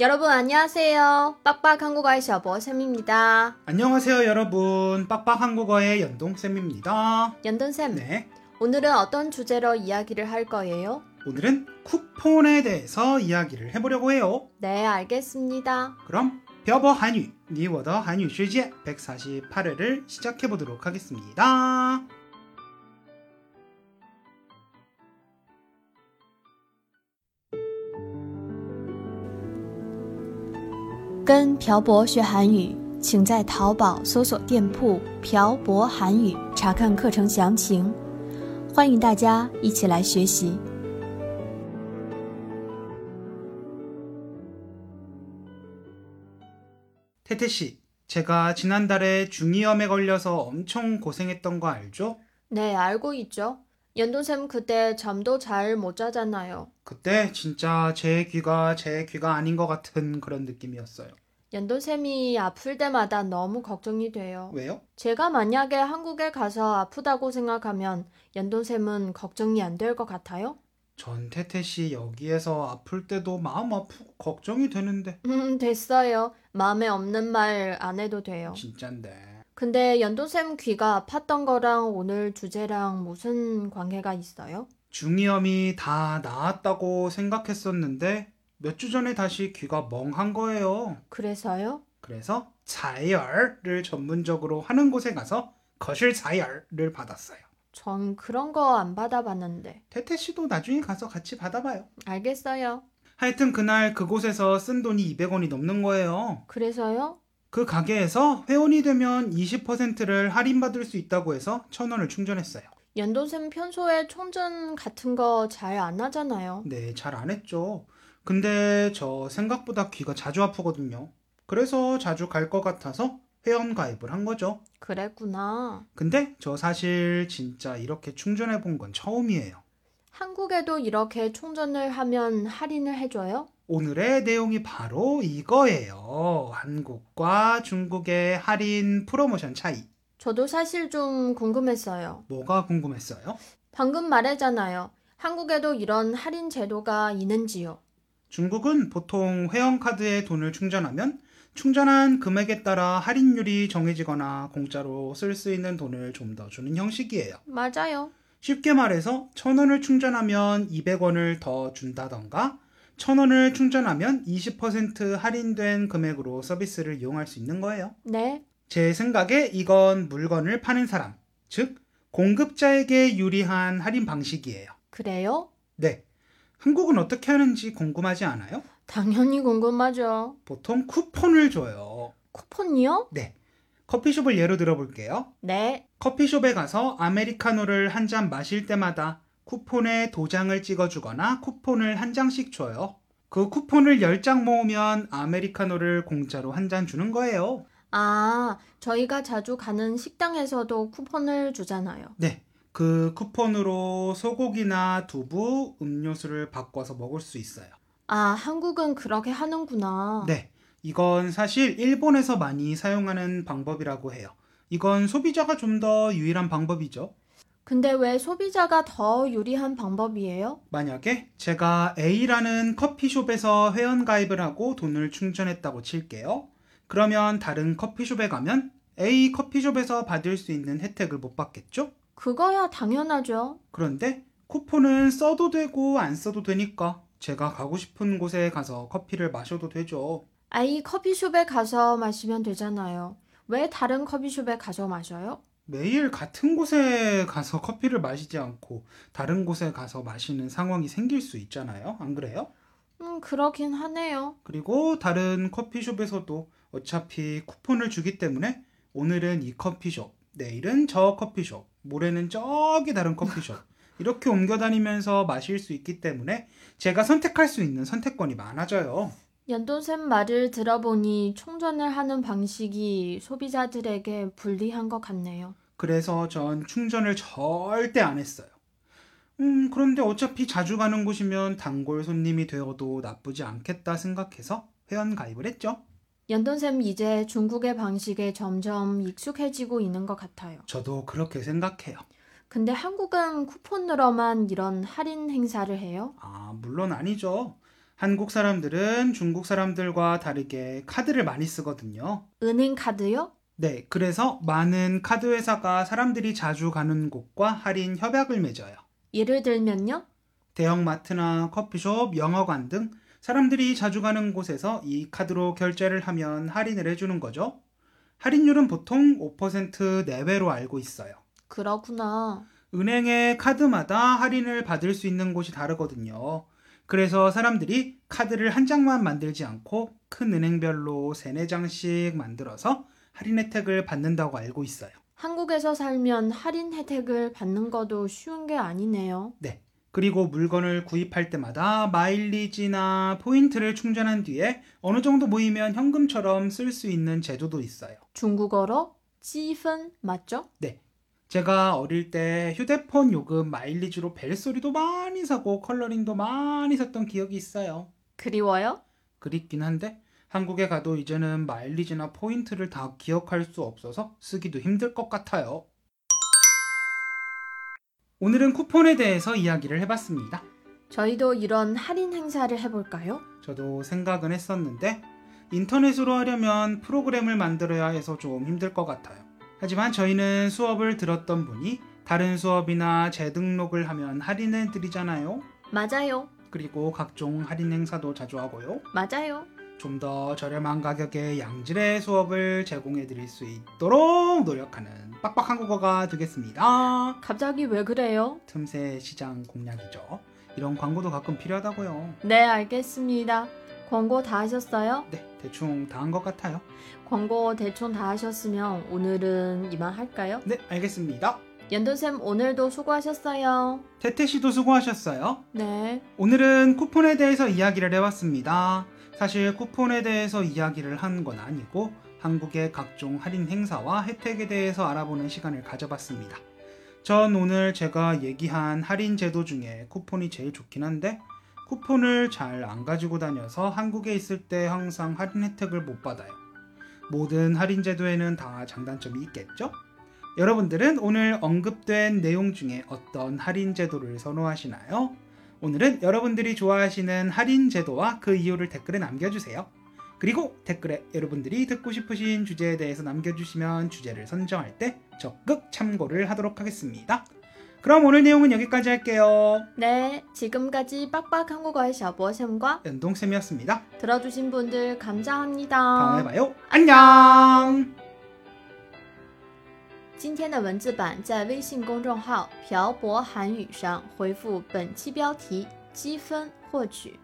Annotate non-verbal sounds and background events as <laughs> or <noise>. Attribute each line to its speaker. Speaker 1: 여러분 안녕하세요. 빡빡 한국어의 셔버 쌤입니다.
Speaker 2: 안녕하세요 여러분 빡빡 한국어의 연동쌤입니다
Speaker 1: 연돈 쌤,
Speaker 2: 네
Speaker 1: 오늘은 어떤 주제로 이야기를 할 거예요?
Speaker 2: 오늘은 쿠폰에 대해서 이야기를 해보려고 해요
Speaker 1: 네, 알겠습니다.
Speaker 2: 그럼 벼버 한유 니워더 한유 실제 148회를 시작해보도록 하겠습니다
Speaker 1: 跟朴博学韩语，请在淘宝搜索店铺“朴博韩语”查看课程详情。欢迎大家一起来学习。
Speaker 2: 태태씨 제가 지난달에 중이염에 걸려서 엄청 고생했던 거 알죠?
Speaker 1: 네, 알고 있죠. 연돈 쌤 그때 잠도 잘 못 자잖아요.
Speaker 2: 그때 진짜 제 귀가 제 귀가 아닌 것 같은 그런 느낌이었어요
Speaker 1: 연돈 쌤이 아플 때마다 너무 걱정이 돼요.
Speaker 2: 왜요?
Speaker 1: 제가 만약에 한국에 가서 아프다고 생각하면 연돈쌤은 걱정이 안 될 것 같아요?
Speaker 2: 전 태태씨 여기에서 아플 때도 마음 아프고 걱정이 되는데
Speaker 1: 음, 됐어요. 마음에 없는 말 안 해도 돼요.
Speaker 2: 진짠데
Speaker 1: 근데 연돈쌤 귀가 아팠던 거랑 오늘 주제랑 무슨 관계가 있어요?
Speaker 2: 중이염이 다 나았다고 생각했었는데 몇 주 전에 다시 귀가 멍한 거예요.
Speaker 1: 그래서요?
Speaker 2: 그래서 자열을 전문적으로 하는 곳에 가서 거실 자열을 받았어요.
Speaker 1: 전 그런 거 안 받아봤는데.
Speaker 2: 태태 씨도 나중에 가서 같이 받아봐요.
Speaker 1: 알겠어요.
Speaker 2: 하여튼 그날 그곳에서 쓴 돈이 200원이 넘는 거예요.
Speaker 1: 그래서요?
Speaker 2: 그 가게에서 회원이 되면 20%를 할인받을 수 있다고 해서 1000원을 충전했어요.
Speaker 1: 연돈쌤 평소에 총전 같은 거 잘 안 하잖아요.
Speaker 2: 네, 잘 안 했죠. 근데 저 생각보다 귀가 자주 아프거든요. 그래서 자주 갈 것 같아서 회원 가입을 한 거죠.
Speaker 1: 그랬구나.
Speaker 2: 근데 저 사실 진짜 이렇게 충전해 본 건 처음이에요.
Speaker 1: 한국에도 이렇게 총전을 하면 할인을 해줘요?
Speaker 2: 오늘의 내용이 바로 이거예요. 한국과 중국의 할인 프로모션 차이.
Speaker 1: 저도 사실 좀 궁금했어요.
Speaker 2: 뭐가 궁금했어요?
Speaker 1: 방금 말했잖아요. 한국에도 이런 할인 제도가 있는지요?
Speaker 2: 중국은 보통 회원카드에 돈을 충전하면 충전한 금액에 따라 할인율이 정해지거나 공짜로 쓸 수 있는 돈을 좀 더 주는 형식이에요.
Speaker 1: 맞아요.
Speaker 2: 쉽게 말해서 1000원을 충전하면 200원을 더 준다던가 1000원을 충전하면 20% 할인된 금액으로 서비스를 이용할 수 있는 거예요.
Speaker 1: 네.
Speaker 2: 제 생각에 이건 물건을 파는 사람, 즉 공급자에게 유리한 할인 방식이에요.
Speaker 1: 그래요?
Speaker 2: 네. 한국은 어떻게 하는지 궁금하지 않아요?
Speaker 1: 당연히 궁금하죠.
Speaker 2: 보통 쿠폰을 줘요.
Speaker 1: 쿠폰이요?
Speaker 2: 커피숍을 예로 들어볼게요.
Speaker 1: 네.
Speaker 2: 커피숍에 가서 아메리카노를 한 잔 마실 때마다 쿠폰에 도장을 찍어주거나 쿠폰을 한 장씩 줘요. 그 쿠폰을 10장 모으면 아메리카노를 공짜로 한 잔 주는 거예요.
Speaker 1: 아, 저희가 자주 가는 식당에서도 쿠폰을 주잖아요.
Speaker 2: 네. 그 쿠폰으로 소고기나 두부, 음료수를 바꿔서 먹을 수 있어요.
Speaker 1: 아, 한국은 그렇게 하는구나.
Speaker 2: 네. 이건 사실 일본에서 많이 사용하는 방법이라고 해요. 이건 소비자가 좀 더 유일한 방법이죠.
Speaker 1: 근데 왜 소비자가 더 유리한 방법이에요?
Speaker 2: 만약에 제가 A라는 커피숍에서 회원 가입을 하고 돈을 충전했다고 칠게요. 그러면 다른 커피숍에 가면 A 커피숍에서 받을 수 있는 혜택을 못 받겠죠?
Speaker 1: 그거야 당연하죠.
Speaker 2: 그런데 쿠폰은 써도 되고 안 써도 되니까 제가 가고 싶은 곳에 가서 커피를 마셔도 되죠.
Speaker 1: 아이 커피숍에 가서 마시면 되잖아요. 왜 다른 커피숍에 가서 마셔요?
Speaker 2: 매일 같은 곳에 가서 <laughs> 커피를 마시지 않고 다른 곳에 가서 마시는 상황이 생길 수 있잖아요. 안 그래요?
Speaker 1: 음, 그렇긴 하네요.
Speaker 2: 그리고 다른 커피숍에서도 어차피 쿠폰을 주기 때문에 오늘은 이 커피숍, 내일은 저 커피숍, 모레는 저기 다른 커피숍 이렇게 옮겨 다니면서 마실 수 있기 때문에 제가 선택할 수 있는 선택권이 많아져요.
Speaker 1: 연돈쌤 말을 들어보니 충전을 하는 방식이 소비자들에게 불리한 것 같네요.
Speaker 2: 그래서 전 충전을 절대 안 했어요. 음, 그런데 어차피 자주 가는 곳이면 단골 손님이 되어도 나쁘지 않겠다 생각해서 회원 가입을 했죠.
Speaker 1: 연돈쌤 이제 중국의 방식에 점점 익숙해지고 있는 것 같아요.
Speaker 2: 저도 그렇게 생각해요.
Speaker 1: 근데 한국은 쿠폰으로만 이런 할인 행사를 해요?
Speaker 2: 아, 물론 아니죠. 한국 사람들은 중국 사람들과 다르게 카드를 많이 쓰거든요.
Speaker 1: 은행 카드요?
Speaker 2: 네, 그래서 많은 카드 회사가 사람들이 자주 가는 곳과 할인 협약을 맺어요.
Speaker 1: 예를 들면요.
Speaker 2: 대형마트나 커피숍, 영어관 등 사람들이 자주 가는 곳에서 이 카드로 결제를 하면 할인을 해주는 거죠. 할인율은 보통 5% 내외로 알고 있어요.
Speaker 1: 그렇구나.
Speaker 2: 은행의 카드마다 할인을 받을 수 있는 곳이 다르거든요. 그래서 사람들이 카드를 한 장만 만들지 않고 큰 은행별로 세네 장씩 만들어서 할인 혜택을 받는다고 알고 있어요.
Speaker 1: 한국에서 살면 할인 혜택을 받는 것도 쉬운 게 아니네요.
Speaker 2: 그리고 물건을 구입할 때마다 마일리지나 포인트를 충전한 뒤에 어느 정도 모이면 현금처럼 쓸 수 있는 제도도 있어요.
Speaker 1: 중국어로 지분 맞죠?
Speaker 2: 제가 어릴 때 휴대폰 요금 마일리지로 벨소리도 많이 사고 컬러링도 많이 샀던 기억이 있어요.
Speaker 1: 그리워요?
Speaker 2: 그립긴 한데 한국에 가도 이제는 마일리지나 포인트를 다 기억할 수 없어서 쓰기도 힘들 것 같아요. 오늘은 쿠폰에 대해서 이야기를 해봤습니다.
Speaker 1: 저희도 이런 할인 행사를 해볼까요?
Speaker 2: 저도 생각은 했었는데 인터넷으로 하려면 프로그램을 만들어야 해서 좀 힘들 것 같아요. 하지만 저희는 수업을 들었던 분이 다른 수업이나 재등록을 하면 할인해 드리잖아요.
Speaker 1: 맞아요.
Speaker 2: 그리고 각종 할인 행사도 자주 하고요.
Speaker 1: 맞아요.
Speaker 2: 좀 더 저렴한 가격에 양질의 수업을 제공해 드릴 수 있도록 노력하는 빡빡한 국어가 되겠습니다.
Speaker 1: 갑자기 왜 그래요?
Speaker 2: 틈새 시장 공략이죠. 이런 광고도 가끔 필요하다고요.
Speaker 1: 네, 알겠습니다. 광고 다 하셨어요?
Speaker 2: 네, 대충 다 한 것 같아요.
Speaker 1: 광고 대충 다 하셨으면 오늘은 이만 할까요?
Speaker 2: 네, 알겠습니다.
Speaker 1: 연돈쌤 오늘도 수고하셨어요.
Speaker 2: 태태 씨도 수고하셨어요.
Speaker 1: 네.
Speaker 2: 오늘은 쿠폰에 대해서 이야기를 해봤습니다. 사실 쿠폰에 대해서 이야기를 한 건 아니고 한국의 각종 할인 행사와 혜택에 대해서 알아보는 시간을 가져봤습니다. 전 오늘 제가 얘기한 할인 제도 중에 쿠폰이 제일 좋긴 한데 쿠폰을 잘 안 가지고 다녀서 한국에 있을 때 항상 할인 혜택을 못 받아요. 모든 할인 제도에는 다 장단점이 있겠죠? 여러분들은 오늘 언급된 내용 중에 어떤 할인 제도를 선호하시나요? 오늘은 여러분들이 좋아하시는 할인 제도와 그 이유를 댓글에 남겨주세요. 그리고 댓글에 여러분들이 듣고 싶으신 주제에 대해서 남겨주시면 주제를 선정할 때 적극 참고를 하도록 하겠습니다. 그럼 오늘 내용은 여기까지 할게요.
Speaker 1: 네. 지금까지 빡빡한 국어의 샤버쌤과
Speaker 2: 연동쌤이었습니다.
Speaker 1: 들어주신 분들 감사합니다.
Speaker 2: 다음에 봐요. 안녕!
Speaker 1: 今天的文字版在微信公众号“漂泊韩语”上回复本期标题“积分”获取。